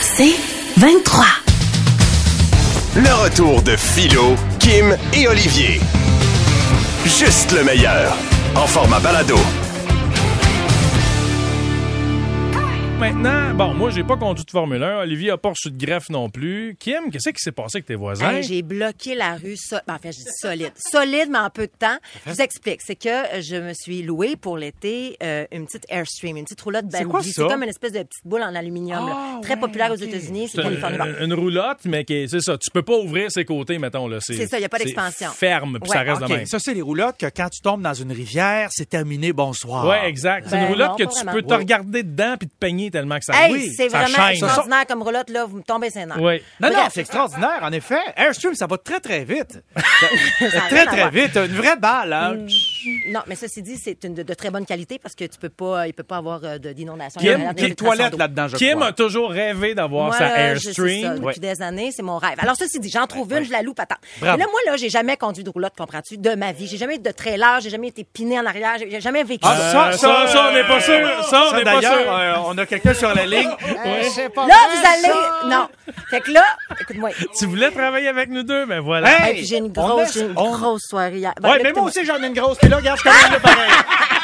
C'est 23. Le retour de Philo, Kim et Olivier. Juste le meilleur. En format balado. Maintenant, bon, moi, j'ai pas conduit de Formule 1. Olivier a pas reçu de greffe non plus. Kim, qu'est-ce qui s'est passé avec tes voisins? Hey, j'ai bloqué la rue. so- ben, en fait, je dis solide. Solide, mais en peu de temps. Je vous explique. C'est que euh, je me suis louée pour l'été euh, une petite Airstream, une petite roulotte C'est Bambi. quoi C'est ça? comme une espèce de petite boule en aluminium. là. Ah, Très ouais, populaire ok. aux États-Unis. C'est euh, C'est une, californien. une- une roulotte, mais qui, c'est ça. Tu peux pas ouvrir ses côtés, mettons. là. C'est ça, y a pas c'est d'expansion. ferme, puis Ouais. ça reste OK, de même. ça, c'est les roulottes que quand tu tombes dans une rivière, c'est terminé, bonsoir. Ouais, exact. C'est une Ben roulotte non, que pas tu vraiment. peux te Ouais. regarder dedans puis te peigner tellement que ça Hey, ben oui, c'est ça vraiment chaîne. extraordinaire comme roulotte, là. Vous me tombez ses nerfs. Oui. Non, non, Bref. c'est extraordinaire, en effet. Airstream, ça va très, très vite. Ça a rien très, à très voir. vite. Une vraie balle, hein. Mm. Non, mais ceci dit, c'est une de, de très bonne qualité parce que tu peux pas, il peut pas avoir euh, de- d'inondation. Kim, Il y a des Puis les infiltrations toilettes d'eau. là-dedans, je Kim crois. a toujours rêvé d'avoir Moi, sa là, je- c'est ça, Airstream. depuis Ouais. des années, c'est mon rêve. Alors, ceci dit, j'en trouve une, je la loue pas tant. Bravo. Mais là, moi, là, j'ai jamais conduit de roulotte, comprends-tu, de ma vie. J'ai jamais eu de trailer, j'ai jamais été piné en arrière, j'ai j'ai jamais Ah, vécu ça. Euh, ça, ça, on n'est pas sûr. Ça, on n'est pas d'ailleurs, sûr. euh, on a quelqu'un sur la ligne. Là, vous allez. Non. Fait que là, écoute-moi. Tu voulais travailler avec nous deux, mais voilà. Hey, Hey, puis j'ai une on grosse, a- j'ai une on- grosse soirée hier. Ben, là, Ouais, mais moi écoute-moi. aussi, j'en ai une grosse. Puis là, regarde, je connais le pareil.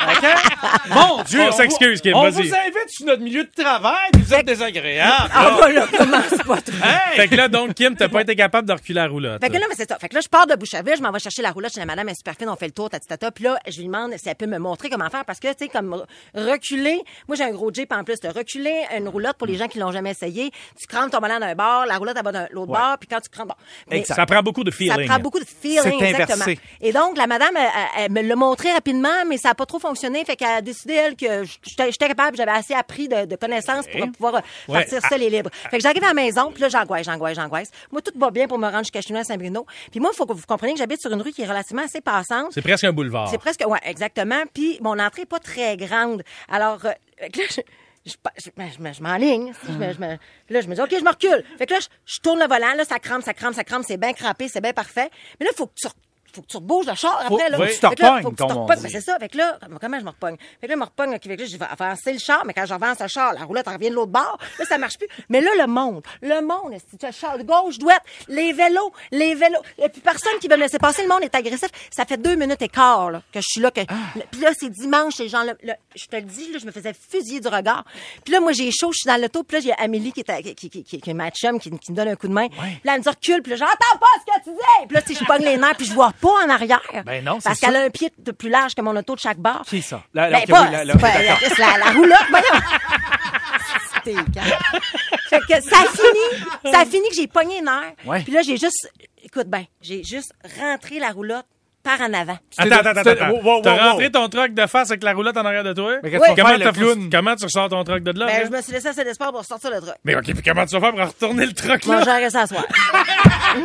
OK? Mon Dieu. On vous- s'excuse, Kim, On vas-y. vous invite sur notre milieu de travail, puis vous êtes désagréable. Ah, bah, là, commence pas trop. Hey! Fait que là, donc, Kim, t'as pas été capable de reculer la roulotte. Fait que là, mais c'est ça. Fait que là, je pars de Boucherville, je m'en vais chercher la roulotte chez la madame, elle est super fine, on fait le tour, tatata. Puis là, je lui demande si elle peut me montrer comment faire parce que, tu sais, comme re- reculer, moi j'ai un gros Jeep en plus, de reculer une roulotte pour les gens qui l'ont jamais essayé, tu crampes ton ballon d'un bord, la roulotte elle va d'un l'autre bord, puis quand tu crampes, bon. Mais Exact. Ça prend beaucoup de Ça feeling. prend beaucoup de feeling, C'est exactement. inversé. Et donc, la madame, elle, elle me l'a montré rapidement, mais ça n'a pas trop fonctionné. Fait qu'elle a décidé, elle, que j'étais j'étais capable, j'avais assez appris de, de connaissances pour pouvoir euh, Ouais. partir seule et libre. Fait que j'arrive à la maison, puis là, j'angoisse, j'angoisse, j'angoisse. Moi, tout va bien pour me rendre jusqu'à Chinois à Saint-Bruno. Puis moi, il faut que vous compreniez que j'habite sur une rue qui est relativement assez passante. C'est presque un boulevard. C'est presque, ouais, exactement. Puis mon entrée n'est pas très grande. Alors, euh, fait que là, je. Je, pa- je, ben, je me- je m'enligne. si, je me- je me- là, je me dis, OK, je me recule. Fait que là, je, je tourne le volant. Là, ça crame, ça crame, ça crame. C'est bien crampé, c'est bien parfait. Mais là, il faut que tu re- faut que tu rebouges le char Faut- après. Là. faut que tu Fait te là, repognes, faut que tu comme te on repognes. dit. Ben, c'est ça. Fait que là, comment je me repogne? Fait que là, je me repogne. OK, fait que là, je vais avancer le char. Mais quand j'avance le char, la roulotte elle revient de l'autre bord. Là, ça marche plus. Mais là, le monde, le monde, si tu as le char de gauche, droite, les vélos, les vélos. Il n'y a plus personne qui veut me laisser passer. Le monde est agressif. Ça fait deux minutes et quart là, que je suis là. Ah. Que... Puis là, c'est dimanche. Les gens, le- le- je te le dis, là, je me faisais fusiller du regard. Puis là, moi, j'ai chaud. Je suis dans l'auto. Puis là, il y a Amélie qui est, à- qui, qui, qui, qui est ma chum, qui, qui me donne un coup de main. Puis là, elle me dit recule. Puis là, j'entends pas ce que tu dis. Puis là, si je pogne les nerfs, puis je vois pas en arrière. Ben non, c'est Parce ça. qu'elle a un pied de plus large que mon auto de chaque barre. Qui ça? La- la- Ben, ok, pas- oui, la- la- c'est pas- ok, d'accord. la- la- la roulotte, voyons. C'était écœurant. Fait que ça a fini, ça a fini que j'ai pogné une heure. Ouais. Puis là, j'ai juste, écoute ben, j'ai juste rentré la roulotte par en avant. Attends, attends, attends. C'était- attends. wow, wow, T'as wow, rentré wow. ton truck de face avec la roulotte en arrière de toi? Mais qu'est-ce qu'on Comment, fait, le t'as fou- clown? comment tu ressors ton truck de là? Ben, là? je me suis laissé assez d'espoir pour sortir le truc. Mais ok, puis comment tu vas faire pour retourner le truc Bon, là? j'aurais ça à soir.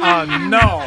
Ah non!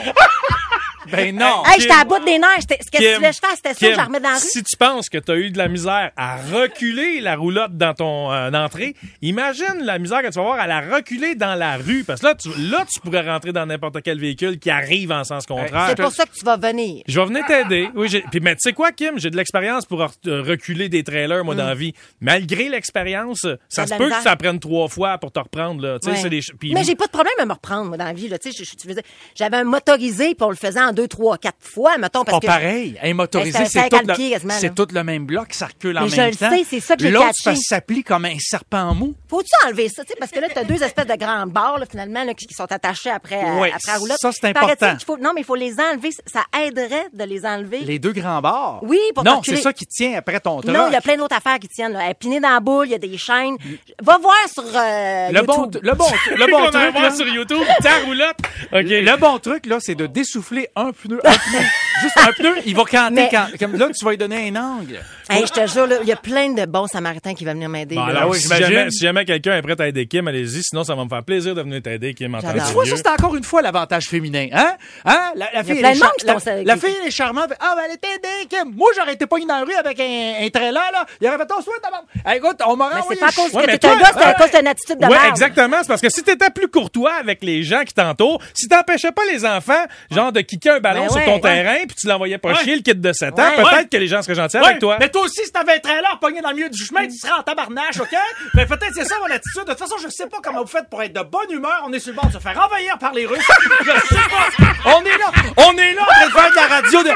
ben non! Hey, j'étais à bout des nerfs. J'étais- Qu'est-ce que tu Kim, voulais que je fasse? C'était ça, Kim, je la remets dans la rue. Si tu penses que t'as eu de la misère à reculer la roulotte dans ton euh, entrée, imagine la misère que tu vas avoir à la reculer dans la rue. Parce que là, tu, là, tu pourrais rentrer dans n'importe quel véhicule qui arrive en sens contraire. C'est pour ça que tu vas venir. Je vais venir t'aider. Oui, j'ai- puis mais tu sais quoi, Kim, j'ai de l'expérience pour re- euh, reculer des trailers moi dans Mm. la vie. Malgré l'expérience, ça T'as de se la peut que misère. ça prenne trois fois pour te reprendre là. Tu sais, Ouais. c'est des ch- puis- Mais j'ai pas de problème à me reprendre, moi, dans la vie. là. Tu sais, je- je- tu veux dire, J'avais un motorisé, puis on le faisait en deux, trois, quatre fois, mettons, parce Pas que... pareil. Un motorisé, Ben, c'est un cinq c'est tout, à le, pied, quasiment, c'est là. tout le même bloc, ça recule en Mais je même le temps. sais, c'est ça que j'ai L'autre, catché. ça s'applique comme un serpent mou. Faut-tu enlever ça, tu sais, parce que là, t'as deux espèces de grandes barres, là, finalement, là, qui qui sont attachées après, euh, Ouais, après la roulotte. ça, c'est Paraît-il important. qu'il faut- non, mais il faut les enlever. Ça aiderait de les enlever. Les deux grands bords. Oui, pour Non, reculer. c'est ça qui tient après ton truc. Non, il y a plein d'autres affaires qui tiennent. Là. Pinée dans la boule, il y a des chaînes. Va voir sur euh, le YouTube. bon, le bon, le Qu'on bon va truc, voir là, sur YouTube, ta roulotte. OK. le bon truc, là, c'est de dessouffler un pneu, un pneu. Juste un pneu, il va canter Mais- quand, comme là, tu vas lui donner un angle. Hey, je te jure, là, il y a plein de bons Samaritains qui vont venir m'aider. Bon, là. alors, oui, si, j'imagine. jamais, si jamais quelqu'un est prêt à aider Kim, allez-y. Sinon, ça va me faire plaisir de venir t'aider, Kim, en tant J'adore. que Mais Tu vois, ça, vieux. c'est encore une fois l'avantage féminin, hein? Hein? La, la fille, plein elle est de monde char- qui la- t'ont ça- la qui- fille, elle est charmante. fait, Ah, ben, elle était dingue, Kim. Moi, j'aurais été pogné dans la rue avec un, un trailer, là. Il aurait fait ton souhait, d'abord. Hey, écoute, on m'aurait Mais c'est envoyé pas à le cause ch- Ouais, que mais t'es un toi- gars, c'est à euh, Ouais. cause d'une attitude de Ouais, merde. exactement. C'est parce que si t'étais plus courtois avec les gens qui t'entourent, si t'empêchais pas les enfants, genre de kicker un ballon Ben sur ouais, ton ouais. terrain, puis tu l'envoyais pas chier le kid de 7 ans, Ouais. peut-être Ouais. que les gens seraient gentils Ouais, avec toi. Mais toi, aussi, si t'avais un trailer pogné dans le milieu du chemin, tu serais en tabarnache, OK? Mais peut-être c'est ça mon attitude. De toute façon, je sais pas comment vous faites pour être de bonne humeur. On est sur le bord de se faire envahir par les Russes. Je sais pas. On est là. On est là en train de faire de la radio de...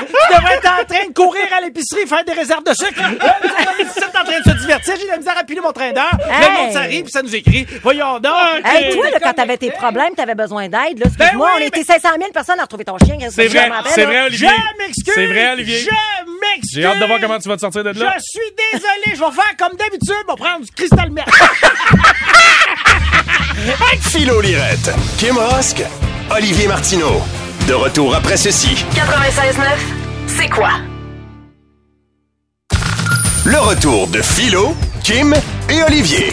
Tu devrais être en train de courir à l'épicerie, faire des réserves de sucre. Euh, Vous êtes en train de se divertir. J'ai de la misère à piler mon train d'heure. Hey. Le monde s'arrive puis ça nous écrit. Voyons donc. Hey, toi, là, quand t'avais tes problèmes, t'avais besoin d'aide, là, excuse-moi, Ben oui, on était 500 000 personnes à retrouver ton chien. qu'est-ce que C'est je vrai, me rappelle, c'est là? vrai, Je Olivier. m'excuse. C'est vrai, Olivier. Je m'excuse. J'ai hâte de voir comment tu vas te sortir de là. Je suis désolé, je vais faire comme d'habitude, je vais prendre du cristal merde. Philo Lirette, Kim Rosk, Olivier Martineau. De retour après ceci, 96.9, c'est quoi? le retour de Philo, Kim et Olivier.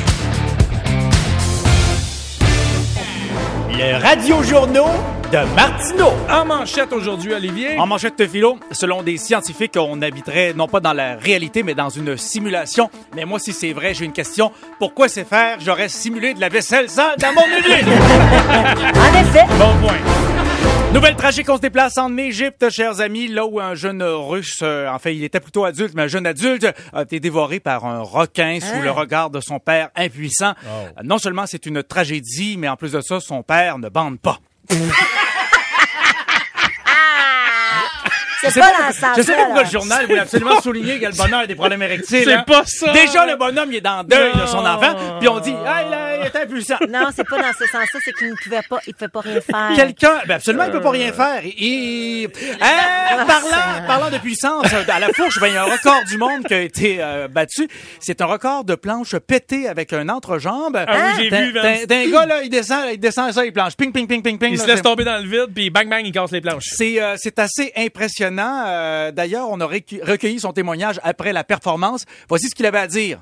Le radio journaux de Martineau. En manchette aujourd'hui, Olivier. En manchette de philo, selon des scientifiques, on habiterait non pas dans la réalité, mais dans une simulation. Mais moi, si c'est vrai, j'ai une question. Pourquoi c'est faire? J'aurais simulé de la vaisselle sale dans mon évier. En effet, Bon point. Nouvelle tragique, on se déplace en Égypte, chers amis, là où un jeune russe, euh, en fait, il était plutôt adulte, mais un jeune adulte, a été dévoré par un requin sous Hein? le regard de son père impuissant. Euh, Non seulement c'est une tragédie, mais en plus de ça, son père ne bande pas. c'est sais pas pas- l'ensemble. Je sais pas pourquoi le là. journal voulait absolument souligner que le bonheur des problèmes érectiles. C'est hein. pas ça. Déjà, le bonhomme, il est dans le deuil de son Non. enfant, puis on dit, ah, il a- il est impuissant. Non, c'est pas dans ce sens-là, c'est qu'il ne pouvait pas, il pouvait pas rien faire. Quelqu'un, ben absolument, il peut pas Euh. rien faire. Et, et- Euh, parlant, parlant de puissance, euh, à la fourche, ben, il y a un record du monde qui a été euh, battu. C'est un record de planche pétée avec un entrejambe. Ah oui, j'ai D'un- vu, Vince. d'un- D'un gars, là, il descend, il descend ça, il planche. Ping, ping, ping, ping, ping. Il là, se laisse c'est- tomber dans le vide, puis bang, bang, il casse les planches. c'est euh, c'est assez impressionnant. Euh, D'ailleurs, on a recu- recueilli son témoignage après la performance. Voici ce qu'il avait à dire.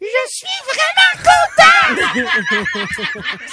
Je suis vraiment content!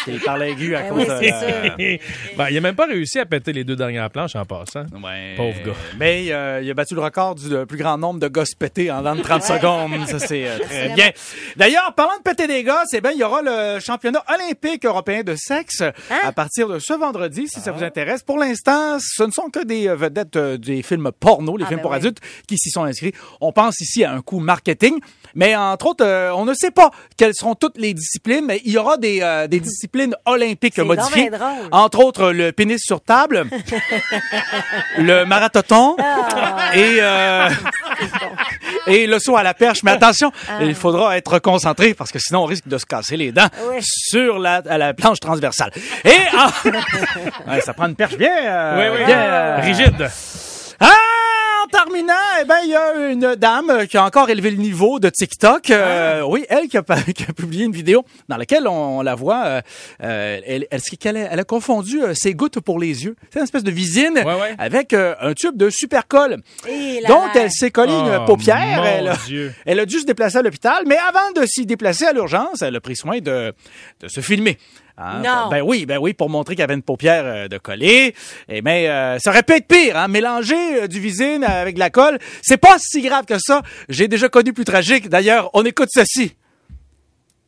C'était par l'aigu à Eh cause oui, c'est euh, sûr. Ben, il a même pas réussi à péter les deux dernières planches en passant. Ouais. Pauvre gars. Mais euh, il a battu le record du euh, plus grand nombre de gosses pétés en dans de 30 secondes. Ça, c'est euh, très bien. D'ailleurs, parlant de péter des gosses, eh bien, il y aura le championnat olympique européen de sexe Hein? à partir de ce vendredi, si Ah. ça vous intéresse. Pour l'instant, ce ne sont que des euh, vedettes euh, des films porno, les Ah, films ben pour oui. adultes, qui s'y sont inscrits. On pense ici à un coup marketing. Mais entre autres, euh, on ne sait pas quelles seront toutes les disciplines, mais il y aura des, euh, des disciplines olympiques C'est modifiées. donc bien drôle. Entre autres, le pénis sur table le marathon Ah. et euh, et le saut à la perche. Mais attention, Ah. il faudra être concentré parce que sinon on risque de se casser les dents Oui. sur la, à la planche transversale. Et ah, ouais, ça prend une perche bien, euh, oui, oui. bien, euh, Rigide. ah, en terminant, eh ben, il y a une dame qui a encore élevé le niveau de TikTok. Euh, Ah. Oui, elle qui a, pa- qui a publié une vidéo dans laquelle on, on la voit. euh, euh, elle, elle, c'est qu'elle a- elle a confondu euh, ses gouttes pour les yeux. C'est une espèce de visine ouais. avec euh, un tube de supercolle. Et là, Donc, là. elle s'est collée Oh, une paupière. mon elle, a, Dieu. elle a dû se déplacer à l'hôpital, mais avant de s'y déplacer à l'urgence, elle a pris soin de, de se filmer. Hein, Non. Ben oui, ben oui, pour montrer qu'elle avait une paupière euh, de collée. Et mais euh, ça aurait pu être pire, hein, mélanger euh, du visine avec de la colle, c'est pas si grave que ça. J'ai déjà connu plus tragique. D'ailleurs, on écoute ceci.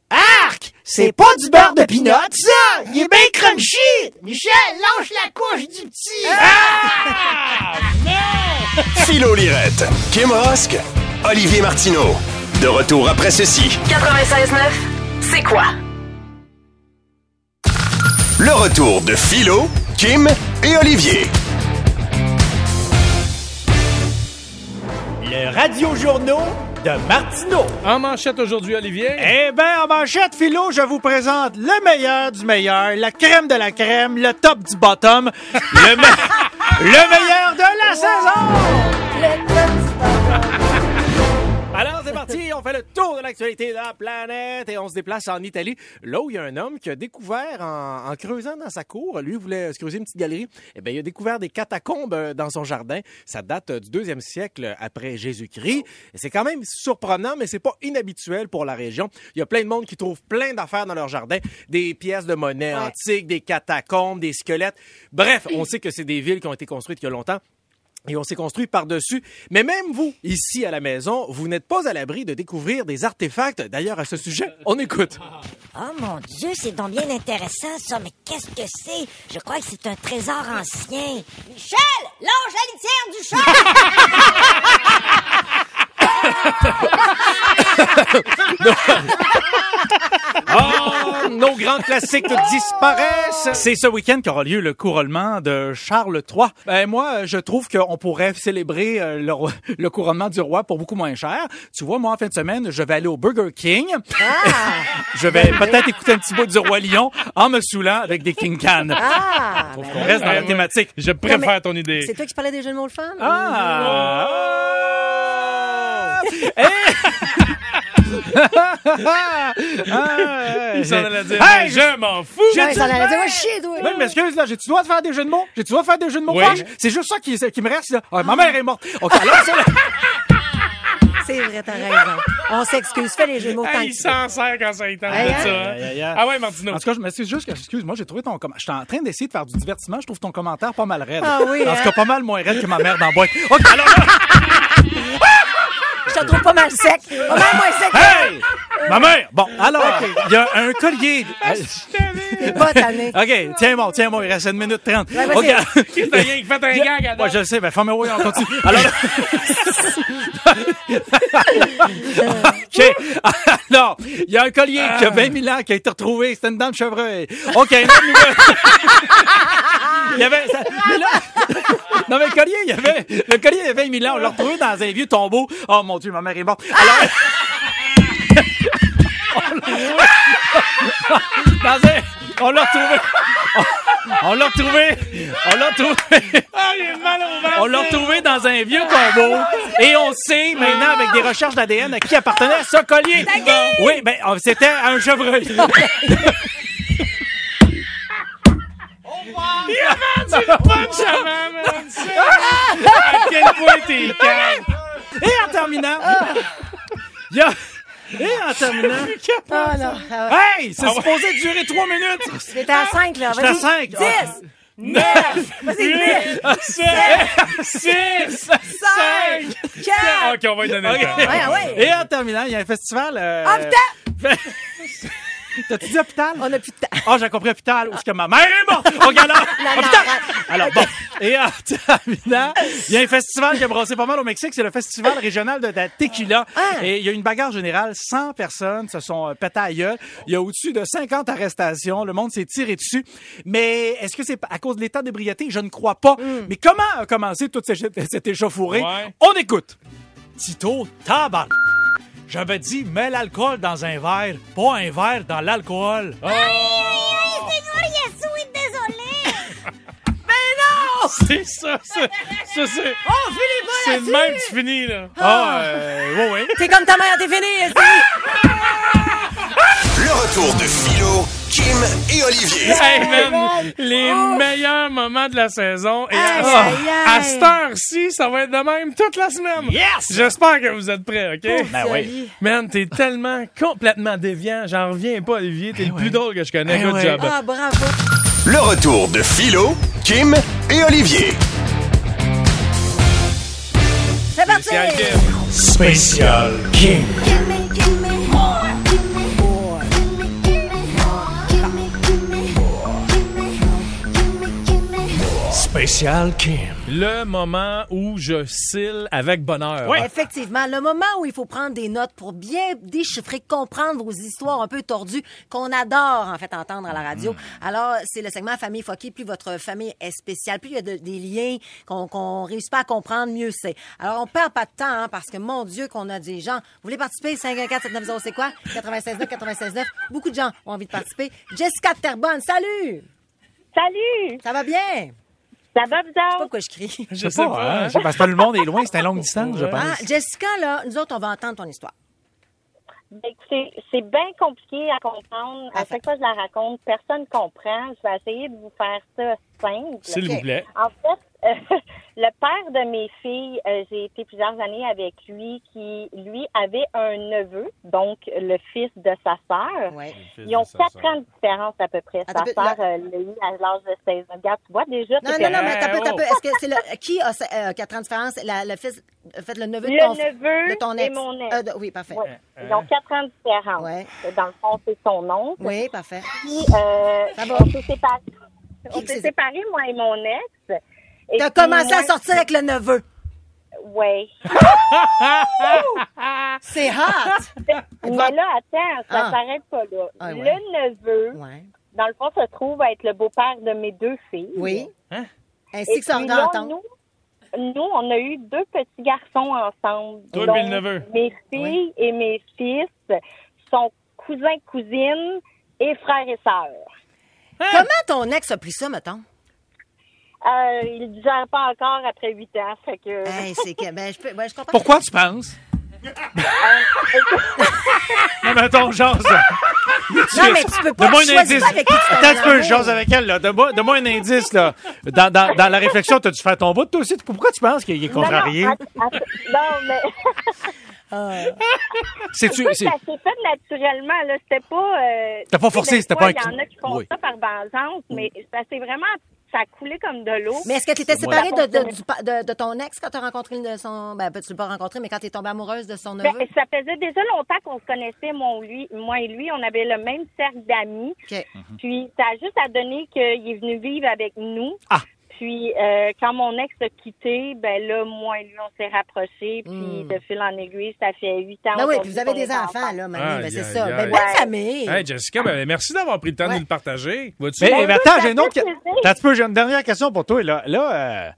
Arc, c'est pas du beurre de pinot, ça. Il est bien crunchy. Michel, lâche la couche du petit. Philo Lirette, Kim Rosk, Olivier Martineau. De retour après ceci, 96.9, c'est quoi? le retour de Philo, Kim et Olivier. Le radio journaux de Martineau. En manchette aujourd'hui, Olivier. Eh bien, en manchette, Philo, je vous présente le meilleur du meilleur, la crème de la crème, le top du bottom, le, me- le meilleur de la saison! Alors, c'est parti, on fait le tour de l'actualité de la planète et on se déplace en Italie, là où il y a un homme qui a découvert, en, en creusant dans sa cour, lui, il voulait se creuser une petite galerie, eh bien, il a découvert des catacombes euh, dans son jardin. Ça date euh, du deuxième siècle après Jésus-Christ. Et C'est quand même surprenant, mais c'est pas inhabituel pour la région. Il y a plein de monde qui trouve plein d'affaires dans leur jardin, des pièces de monnaie antiques, des catacombes, des squelettes. Bref, on sait que c'est des villes qui ont été construites il y a longtemps. Et on s'est construit par-dessus. Mais même vous, ici à la maison, vous n'êtes pas à l'abri de découvrir des artefacts. D'ailleurs, à ce sujet, on écoute. Oh mon Dieu, c'est donc bien intéressant ça, mais qu'est-ce que c'est? Je crois que c'est un trésor ancien. Michel, longe la litière du chat! Ah, nos grands classiques disparaissent. C'est ce week-end qu'aura lieu le couronnement de Charles III. Ben, moi, je trouve qu'on pourrait célébrer euh, le, roi- le couronnement du roi pour beaucoup moins cher. Tu vois, moi, en fin de semaine, je vais aller au Burger King. je vais peut-être écouter un petit bout du roi Lion en me saoulant avec des King Can. Ah! ben On reste dans la thématique. Je préfère Non, mais- ton idée. C'est toi qui parlais des jeux de mots le fun? Ah! Ah! Il s'en allait dire, Hey, je m'en fous. Ouais, ça en allait dire, ouais, chier, toi. Oui, mais excuse, là, j'ai-tu le droit de faire des jeux de mots? J'ai-tu le droit de faire des jeux de mots Oui. proches? C'est juste ça qui, qui me reste, là. Ah, Ma mère est morte. OK, alors, sur le- C'est vrai, t'as raison. On s'excuse, fais les jeux de mots tant Hey, il que tu s'en sert quand ça étend Aïe, de ça. hein. aïe, aïe, aïe. Ah ouais, Martino. En tout cas, je m'excuse juste que, excuse-moi, j'ai trouvé ton commentaire. J'étais en train d'essayer de faire du divertissement. Je trouve ton commentaire pas mal raide. Ah oui, En tout hein? cas, pas mal moins raide que ma mère dans la boîte. OK, alors là, Je te trouve pas mal sec. Oh, Pas mal moins sec. hey! Ma mère! Bon, alors, il y a un collier. T'es pas tanné. OK, tiens-moi, tiens-moi, il reste une minute trente. Ouais, vas-y. OK. Qu'est-ce que t'as rien qui fait un gag à Moi, date? je le sais, ben, ferme oui, on continue. Alors, OK. Alors, il y a un collier qui a 20 000 ans qui a été retrouvé. C'était une dent de chevreuil. OK, une autre nouvelle. Il y avait, ça- mais là, non, mais le collier, il y avait, le collier il y a 20 000 ans. On l'a retrouvé dans un vieux tombeau. Oh mon Dieu, ma mère est morte. Alors, dans un, on l'a retrouvé. On l'a retrouvé. On l'a retrouvé. Ah, il est mal au ventre. On l'a retrouvé dans un vieux tombeau et on sait maintenant avec des recherches d'ADN à qui appartenait ce collier. Oui, ben euh, c'était un chevreuil. Punch avant, man. C'est- À quel point t'es calme. Et en terminant, il y a- et en terminant, Ah, non. Ah, hey, c'est supposé durer trois minutes. T'es à 5, là. J'étais à Vas-y. cinq. 10, Ah. 9, vas-y, 8, 6, 5, 4. OK, on va lui donner le temps. Ouais, ouais. Et en terminant, il y a un festival. euh, Ah, putain! T'as-tu dit hôpital? On a plus de temps. Ah, j'ai compris hôpital, où est-ce que ma mère est morte? OK, alors, non, hôpital! arrête. Alors, bon, et en terminant, il y a un festival qui a brassé pas mal au Mexique, c'est le festival régional de la tequila. Ah. Et il y a eu une bagarre générale, 100 personnes se sont euh, pétées à la gueule. Il y a au-dessus de 50 arrestations, le monde s'est tiré dessus. Mais est-ce que c'est à cause de l'état d'ébriété? Je ne crois pas. Mais comment a commencé toute cette, cette échauffourée? Ouais. On écoute. Tito Tabar. J'avais dit, mets l'alcool dans un verre, pas un verre dans l'alcool. C'est ça, ça. Ça, c'est. Oh, On finit pas C'est le même, tu finis, là. Ah, euh, oui, oui. T'es comme ta mère, t'es fini. Le retour de Philo, Kim et Olivier. Hey, man, les Oh. meilleurs moments de la saison. Et à, Aïe, ah, aïe, aïe. à cette heure-ci, ça va être de même toute la semaine. Yes! J'espère que vous êtes prêts, OK? Ben oui. Man, t'es tellement complètement déviant. J'en reviens pas, Olivier. T'es le plus drôle que je connais. Eh Good ouais. job. Ah, bravo. Le retour de Philo, Kim et Olivier. C'est parti. C'est Alkem. Le moment où je cille avec bonheur. Effectivement, le moment où il faut prendre des notes pour bien déchiffrer, comprendre vos histoires un peu tordues qu'on adore en fait entendre à la radio. Alors, c'est le segment famille Focky. Plus votre famille est spéciale, plus il y a de- des liens qu'on qu'on réussit pas à comprendre, mieux c'est. Alors, on perd pas de temps hein, parce que mon Dieu qu'on a des gens. Vous voulez participer 514 790 c'est quoi 96 9 96 9. Beaucoup de gens ont envie de participer. Jessica de Terrebonne, salut. Salut! Ça va bien Ça va, Je vous sais pas autres? pourquoi je crie. Je sais pas. hein. Parce que le monde est loin, c'est à longue distance, je Ah, pense. Jessica là, nous autres on va entendre ton histoire. Ben, écoutez, c'est bien compliqué à comprendre. À Parfait. chaque fois que je la raconte, personne comprend. Je vais essayer de vous faire ça simple. S'il vous plaît. En fait, Euh, le père de mes filles, euh, j'ai été plusieurs années avec lui, qui, lui, avait un neveu, donc le fils de sa sœur. Ouais. Ils ont quatre ans de différence à peu près. Attends, Sa sœur là- euh, l'a eu à l'âge de 16 ans. Regarde, tu vois déjà... Non, c'est non, non, correct. mais t'as peu, t'as peu. Oh. Est-ce que c'est le. Qui a euh, 4 ans de différence? La, le fils. En fait, le neveu de Le ton, neveu de ton et ex. mon ex. Euh, de- oui, parfait. Ouais. Ils ont quatre ans de différence. Ouais. Dans le fond, c'est son oncle. Oui, parfait. Puis, euh, Ça va. on s'est séparés. On c'est- s'est séparés, moi et mon ex. Et T'as puis, commencé à moi- sortir avec le neveu. Oui. C'est hot! Mais là, attends, ça Ah. s'arrête pas là. Ah, ouais. Le neveu, Ouais. dans le fond, se trouve à être le beau-père de mes deux filles. Oui. Hein? Et Ainsi que hein. son puis là, grand tante. nous, nous, on a eu deux petits garçons ensemble. Toi et Donc, puis le neveu. Mes filles et mes fils sont cousins, cousines et frères et sœurs. Comment ton ex a pris ça, mettons? Euh, ils ne digèrent pas encore après huit ans. Fait que... Hey, c'est que. Ben, je peux. Ouais, je comprends. Pourquoi tu penses? Non, mais attends, jase. Non, mais tu peux pas. Donne-moi Tu un indice. choisis pas avec qui tu tombes Attends, tu peux en chose amour. avec elle, là. Donne-moi donne-moi un indice, là. Dans, dans, dans la réflexion, t'as dû faire ton bout, toi aussi. Pourquoi tu penses qu'il est Non, non, contrarié? att- att- non, mais C'est-tu- ça, c'est- ça s'est fait naturellement. Là, c'était pas. euh, T'as pas tu sais, forcé, des c'était fois, pas un- Il y en a qui font Oui. ça par vengeance, mais ça s'est vraiment, ça a coulé comme de l'eau. Mais est-ce que tu étais séparée de, de, du pa- de- de ton ex quand tu as rencontré le- son. Ben, tu l'as pas rencontré, mais quand tu es tombée amoureuse de son Ben, neveu? ça faisait déjà longtemps qu'on se connaissait, moi, lui, moi et lui. On avait le même cercle d'amis. OK. Mhm. Puis, ça a juste à donner qu'il est venu vivre avec nous. Ah. Puis, euh, quand mon ex a quitté, ben là, moi et lui, on s'est rapprochés. Puis, de fil en aiguille, ça fait huit ans. Hmm. Ben oui, puis aujourd'hui vous avez qu'on est des enfants, là, Manu. Ben, Aïe, c'est aïe, ça. aïe. Ben, bonne Ouais. famille. Hey, Jessica, ben, merci d'avoir pris le temps de Ouais. nous le partager. Vois-tu? Mais, mais attends, j'ai une autre. fait que- plaisir. Attends un petit peu, j'ai une dernière question pour toi, là. Là, euh,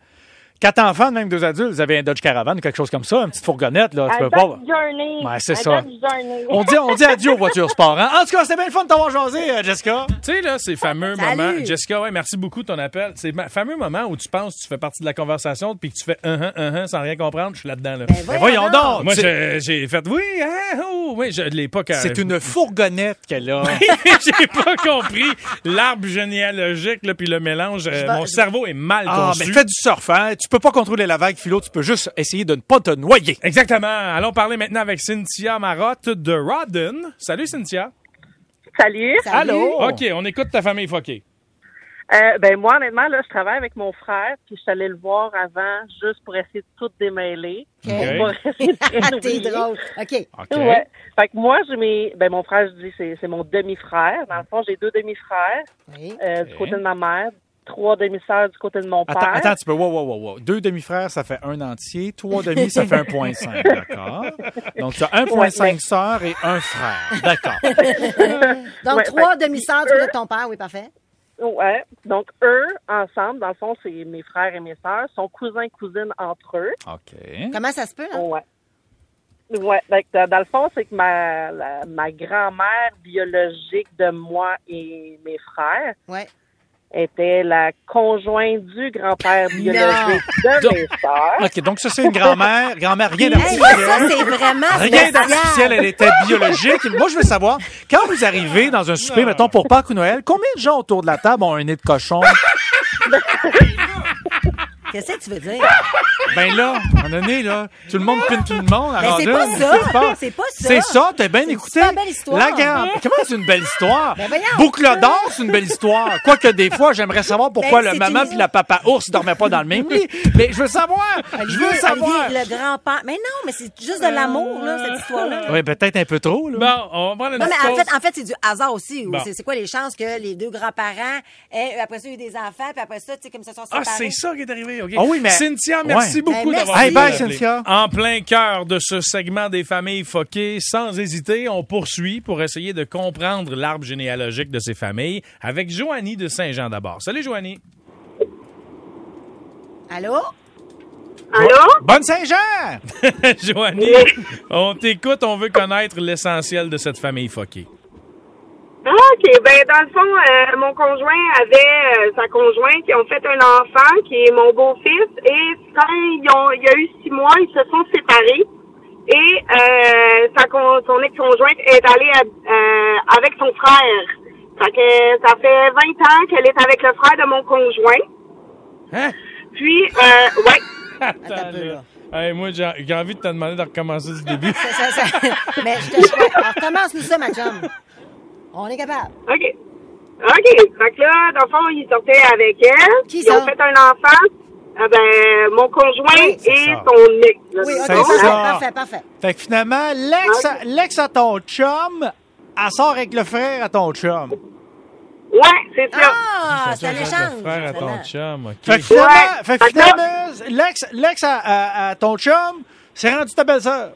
quatre enfants, même deux adultes, vous avez un Dodge Caravan ou quelque chose comme ça, une petite fourgonnette, là. Tu Un peux pas. Dodge Journey. Ouais, c'est Un ça. Dodge Journey. On dit, on dit adieu aux voitures sport, hein. En tout cas, c'était bien le fun de t'avoir jasé, euh, Jessica. Tu sais, là, ces fameux Salut. moments. Jessica, ouais, merci beaucoup de ton appel. Ces ma- fameux moments où tu penses que tu fais partie de la conversation puis que tu fais un, un, un, un sans rien comprendre, je suis là-dedans, là. Ben, Mais voyons donc. Moi, tu- je- j'ai fait oui, hein, oh, oui, je l'ai pas C'est une fourgonnette qu'elle a. Ben, j'ai pas compris l'arbre généalogique là, puis le mélange. euh, vais- mon je- cerveau est mal Ah, mais conçu. fais du surf, hein. Tu peux pas contrôler la vague, Philo. Tu peux juste essayer de ne pas te noyer. Exactement. Allons parler maintenant avec Cynthia Marotte de Rodden. Salut Cynthia. Salut. Salut. Oh. OK, on écoute ta famille foquée. Euh, ben moi, honnêtement, là, je travaille avec mon frère, puis je suis allée le voir avant juste pour essayer de tout démêler. OK. Pour essayer de Ah, rien T'es oublier. drôle. OK. OK. Ouais. Fait que moi, j'ai mes. Ben, mon frère, je dis, c'est, c'est mon demi-frère. Dans le fond, j'ai deux demi-frères Oui. euh, Ok. du côté de ma mère, trois demi-sœurs du côté de mon père. Attends, attends, tu peux. Wow, wow, wow, wow. Deux demi-frères, ça fait un entier. Trois demi, ça fait 1,5. D'accord. Donc, tu as 1,5 Ouais, mais- sœurs et un frère. D'accord. Donc, Ouais, trois fait que demi-sœurs eux- de ton père, oui, parfait. Ouais. Donc, eux, ensemble, dans le fond, c'est mes frères et mes sœurs, sont cousins et cousines entre eux. OK. Comment ça se peut? hein? Ouais. Ouais, fait que dans- dans le fond, c'est que ma, la- ma grand-mère biologique de moi et mes frères Ouais. était la conjointe du grand-père biologique Non. de mes sœurs. OK, donc ça, c'est une grand-mère. Grand-mère, rien Hey, ça, d'artificiel. c'est vraiment Rien spécial. d'artificiel, elle était biologique. Moi, je veux savoir, quand vous arrivez dans un souper, Non. mettons, pour Pâques ou Noël, combien de gens autour de la table ont un nez de cochon? Qu'est-ce que tu veux dire? Ben là, à un nez, là, tout le monde pine tout le monde. à Ben, c'est random. pas ça. Qu'est-ce qui se passe? C'est pas ça. C'est ça, t'as bien C'est une écouté. super belle histoire. La grand- Comment c'est une belle histoire? Ben voyons. Boucle d'or, c'est une belle histoire. Quoique des fois, j'aimerais savoir pourquoi Ben, le c'est maman une- puis la papa ours dormaient pas dans le même lit. Mais je veux savoir. Je veux Olivier, savoir. Olivier, le grand-père. Mais non, mais c'est juste de l'amour, là, cette histoire-là. Oui, peut-être un peu trop, là. Bon, on va prendre une Non, mais en pause. fait, en fait c'est du hasard aussi. ou Bon. C'est c'est quoi les chances que les deux grands-parents aient, euh, après ça, eu des enfants, puis après ça, tu sais, comme ils se sont Ah, séparés? c'est ça qui est arrivé, OK. Ah oui, mais- Cynthia, merci Ouais. beaucoup Ben, d'avoir merci. Hey, bye, appelé. Cynthia. En plein cœur de ce segment des familles foquées, sans hésiter, on poursuit pour essayer de comprendre l'arbre généalogique de ces familles avec Joanie de Saint-Jean d'abord. Salut, Joanie. Allô? Allô? Bonne Saint-Jean! Joanie, on t'écoute, on veut connaître l'essentiel de cette famille foquée. OK. Ben, dans le fond, euh, mon conjoint avait euh, sa conjointe. Ils ont fait un enfant qui est mon beau-fils. Et quand ils ont, il y a eu six mois, ils se sont séparés. Et euh, sa con- son ex-conjointe est allée à- euh, avec son frère. Fait que ça fait 20 ans qu'elle est avec le frère de mon conjoint. Hein? Puis, euh, ouais. Attends, Attends un peu, là. Hey, moi, j'ai j'ai envie de te demander de recommencer du début. Ça, ça, ça- Mais je te souhaite. Alors, commence-nous ça, ma chum. On est capable. OK. OK. Fait que là, dans le fond, ils sortaient avec elle. Qui ils ont ça? fait un enfant. Ah ben, mon conjoint Oui, c'est et ça. son ex. là, Oui, dans OK, le C'est fond, parfait, ça. hein. parfait, parfait. Fait que finalement, l'ex, Ah. à- l'ex à ton chum, elle sort avec le frère à ton chum. Ouais, c'est ça. Ah, c'est un Avec échange. le frère à ton finalement. chum, OK. Fait que finalement, Ah. Ouais. fait que finalement, l'ex, l'ex à, à- à ton chum, c'est rendu ta belle-sœur.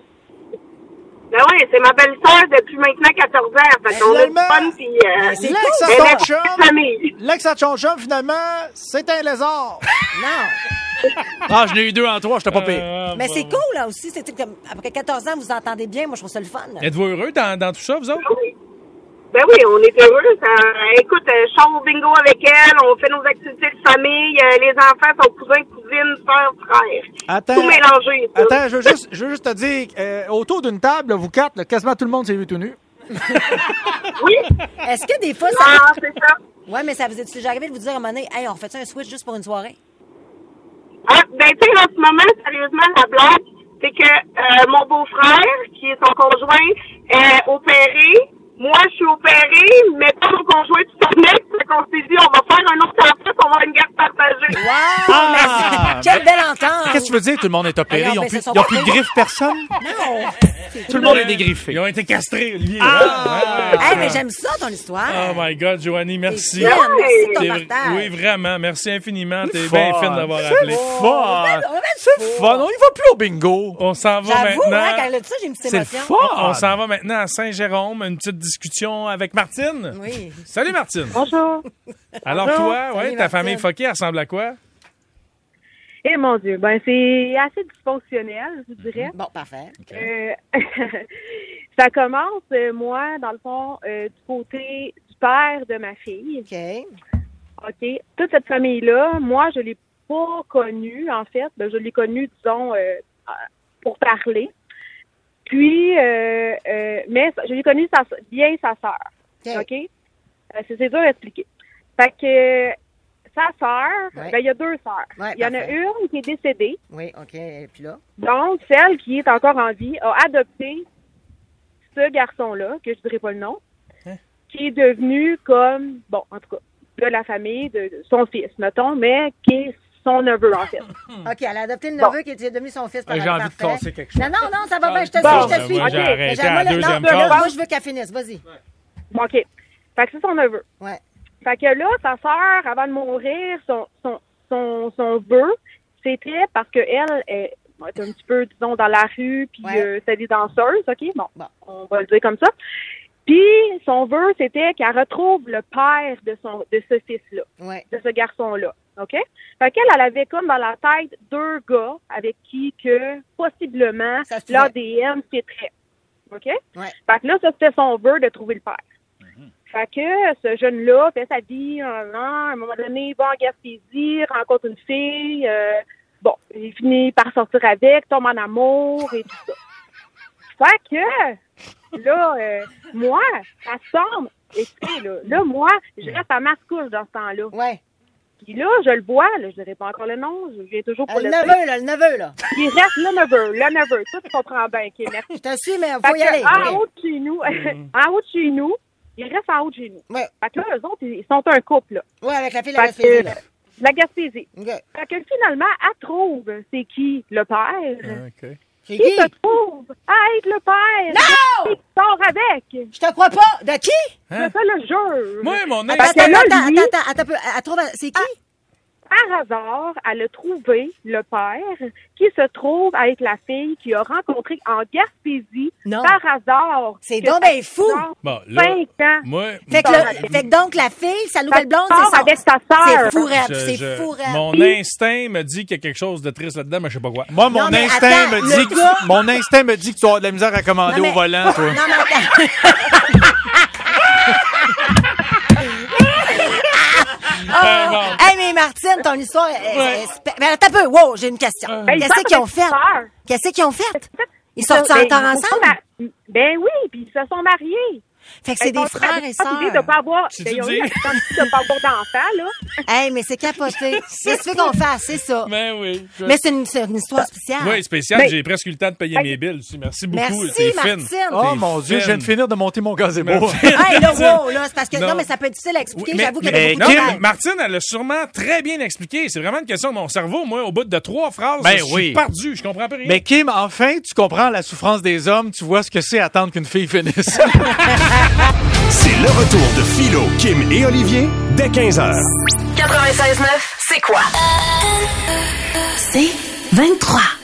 Ben ouais, c'est ma belle-sœur depuis maintenant 14 ans. Fait qu'on a du finalement, fun, puis... Euh, c'est elle cool. L'ex est à la ton petite chum, famille. l'ex à ton chum, finalement, c'est un lézard. Non. Ah, je l'ai eu deux en trois, j'étais pas pire. Ah, Mais bon, c'est bon. cool, là aussi. C'est, tu sais, comme, après 14 ans, vous entendez bien. Moi, je trouve ça le fun. Êtes-vous heureux dans, dans tout ça, vous autres? Oui. Ben oui, on est heureux. Ça- écoute, euh, je sors au bingo avec elle, on fait nos activités de famille, euh, les enfants sont cousins, cousines, frères, frères. Attends. Euh, Tout mélangé. ça. Attends, je veux juste, je veux juste te dire, euh, autour d'une table, là, vous quatre, là, quasiment tout le monde s'est vu tout nu. Oui, Est-ce que des fois, ça... ah, c'est ça. Ouais, mais ça vous est déjà arrivé de vous dire à un moment donné, hey, on fait un switch juste pour une soirée? Ah, ben, tu sais, en ce moment, sérieusement, la blague, c'est que euh, mon beau-frère, qui est son conjoint, est opéré. Moi, je suis opérée, mais pas mon conjoint qui son ex. Fait qu'on s'est dit, on va faire un autre enfant, on va avoir une garde partagée. Wow! Ah! mais- Quelle belle entente! Qu'est-ce que tu veux dire? Tout le monde est opéré. Ah, non, Ils n'ont mais plus, ce sont ils ont pas plus de tes- griffes, personne. Non! Tout le monde est Ils dégriffé. ont été castrés, Olivier. Ah! Ouais, ouais. Hey, mais j'aime ça, ton histoire! Oh my God, Joanie, merci. Merci de T'es- ton partage! Oui, vraiment. Merci infiniment. T'es Fun. bien fine d'avoir appelé. Fun. On va mettre C'est fun. On y va plus au bingo. On s'en va J'avoue, maintenant. hein, quand elle a dit ça, j'ai une petite C'est le émotion. fun. On s'en va maintenant à Saint-Jérôme, une petite discussion avec Martine. Oui. Salut Martine. Bonjour. Alors toi, ouais, Salut, ta Martine. famille foquée ressemble à quoi? Eh mon Dieu, ben c'est assez dysfonctionnel, je dirais. Bon, parfait. Euh, ça commence, euh, moi, dans le fond, euh, du côté du père de ma fille. OK. OK. Toute cette famille-là, moi, je l'ai pas connue, en fait. Ben, je l'ai connue, disons, euh, pour parler. Puis, euh, euh, mais je l'ai connue sa, bien sa OK. sœur. OK? Euh, c'est c'est dur à expliquer. Fait que euh, sa sœur, Ouais. ben, il y a deux sœurs. Ouais, il y en a parfait. une qui est décédée. Oui, OK. Et puis là? Donc, celle qui est encore en vie a adopté ce garçon-là, que je dirais pas le nom, Hein? qui est devenu comme, bon, en tout cas, de la famille, de, de son fils, mettons, mais qui est son neveu, en fait. OK, elle a adopté le Bon. neveu qui était devenu son fils. Euh, par j'ai envie de parfait. casser quelque chose. Non, non, non, ça va bien, je te Bon. suis, je te Euh, suis. moi, j'ai Ok. arrêté Mais à la moi, là, deuxième non, là, case. moi, je veux qu'elle finisse. Vas-y. Bon, OK. Fait que c'est son neveu. Ouais. Fait que là, sa sœur, avant de mourir, son, son, son, son vœu, c'était parce que elle elle est un petit peu, disons, dans la rue, puis Ouais. euh, c'est des danseuses, OK? Bon, Bon. on va le dire comme ça. Puis, son vœu, c'était qu'elle retrouve le père de, son, de ce fils-là, Ouais. de ce garçon-là, OK? Fait qu'elle, elle avait comme dans la tête deux gars avec qui que, possiblement, Ça se l'ADN fitterait, OK? Ouais. Fait que là, ça, c'était son vœu de trouver le père. Fait que ce jeune-là fait sa vie un an, à un moment donné, va en Gaspésie, rencontre une fille, euh, bon, il finit par sortir avec, tombe en amour et tout ça. Fait que, là, euh, moi, ça semble, écoutez, là, là, moi, je Mm. reste à Mascouche dans ce temps-là. Ouais. Puis là, je le vois, là, je dirais pas encore le nom, je viens toujours Euh, pour le le dire. neveu, là, le neveu, là. Il reste le neveu, le neveu, ça tu comprends bien, ok, merci. Je te suis, mais il Fait Ah, faut y que ah, aller. En Oui. haut de chez nous, en haut de chez nous, ils restent en haut de chez nous. Ouais. Fait que là, eux autres, ils sont un couple, là. Ouais, avec la fille, Fait la que- euh, fille, là. La Gaspésie. OK. Fait que finalement, elle trouve c'est qui le Ah, Hein? père. C'est Qui qui? se trouve à être le père? Non! Qui sort avec? Je Je te crois pas. De qui? te le jure. Moi, mon ex, Attends, que attends, là, attends, lui- Ah. attends, attends un peu. Elle trouve- C'est qui? Par hasard, elle a trouvé le père qui se trouve avec la fille qu'il a rencontrée en Gaspésie. Non. Par hasard. C'est Que donc ça ben fou. dure Bon, là, Cinq ans. moi, Fait que, Sort le- avec. fait que donc, la fille, sa nouvelle blonde, Sort c'est son... avec sa sœur. C'est je- fourrable, c'est je- fourrable. mon instinct me dit qu'il y a quelque chose de triste là-dedans, mais je sais pas quoi. Moi, mon Non, mais instinct attends, me le dit que, gars- mon instinct me dit que tu vas avoir de la misère à commander Non, mais- au volant, toi. Non, mais attends. Ah! Ben, bon. hey, mais Martine, ton histoire est- est... est- Mais attends un peu. Wow, j'ai une question. Ben, il Qu'est-ce sort qu'ils ont avec sa fait? sœur. Qu'est-ce qu'ils ont fait? Ils sortent Ben, encore ils se sont ensemble? mar- Ben oui, puis ils se sont mariés. Fait que c'est des frères et sœurs. de pas avoir, Tu ben, ils ont dis? eu la chance de pas avoir d'enfants, là. Hey, mais c'est capoté. Qu'est-ce que tu veux qu'on fasse? C'est ça. Mais ben oui. je- Mais c'est une, c'est une histoire spéciale. Oui, spécial, Mais- j'ai presque eu le temps de payer mes billes aussi. Merci beaucoup, Merci, c'est fin. Martine. Oh T'es mon Dieu, je viens de fine. finir de monter mon gazebo. Merci. Hey, là, wow, là, c'est parce que. Non. Non. mais ça peut être difficile à Oui, expliquer. mais- J'avoue qu'il y mais a Non, beaucoup de détails. mais Martine, elle l'a sûrement très bien expliqué. C'est vraiment une question de mon cerveau. Moi, au bout de trois phrases, Ben je oui. suis perdu. Je comprends pas rien. Mais Kim, enfin, tu comprends la souffrance des hommes, tu vois ce que c'est attendre qu'une fille finisse. C'est le retour de Philo, Kim et Olivier dès 15h. 96.9, c'est quoi? C'est 23.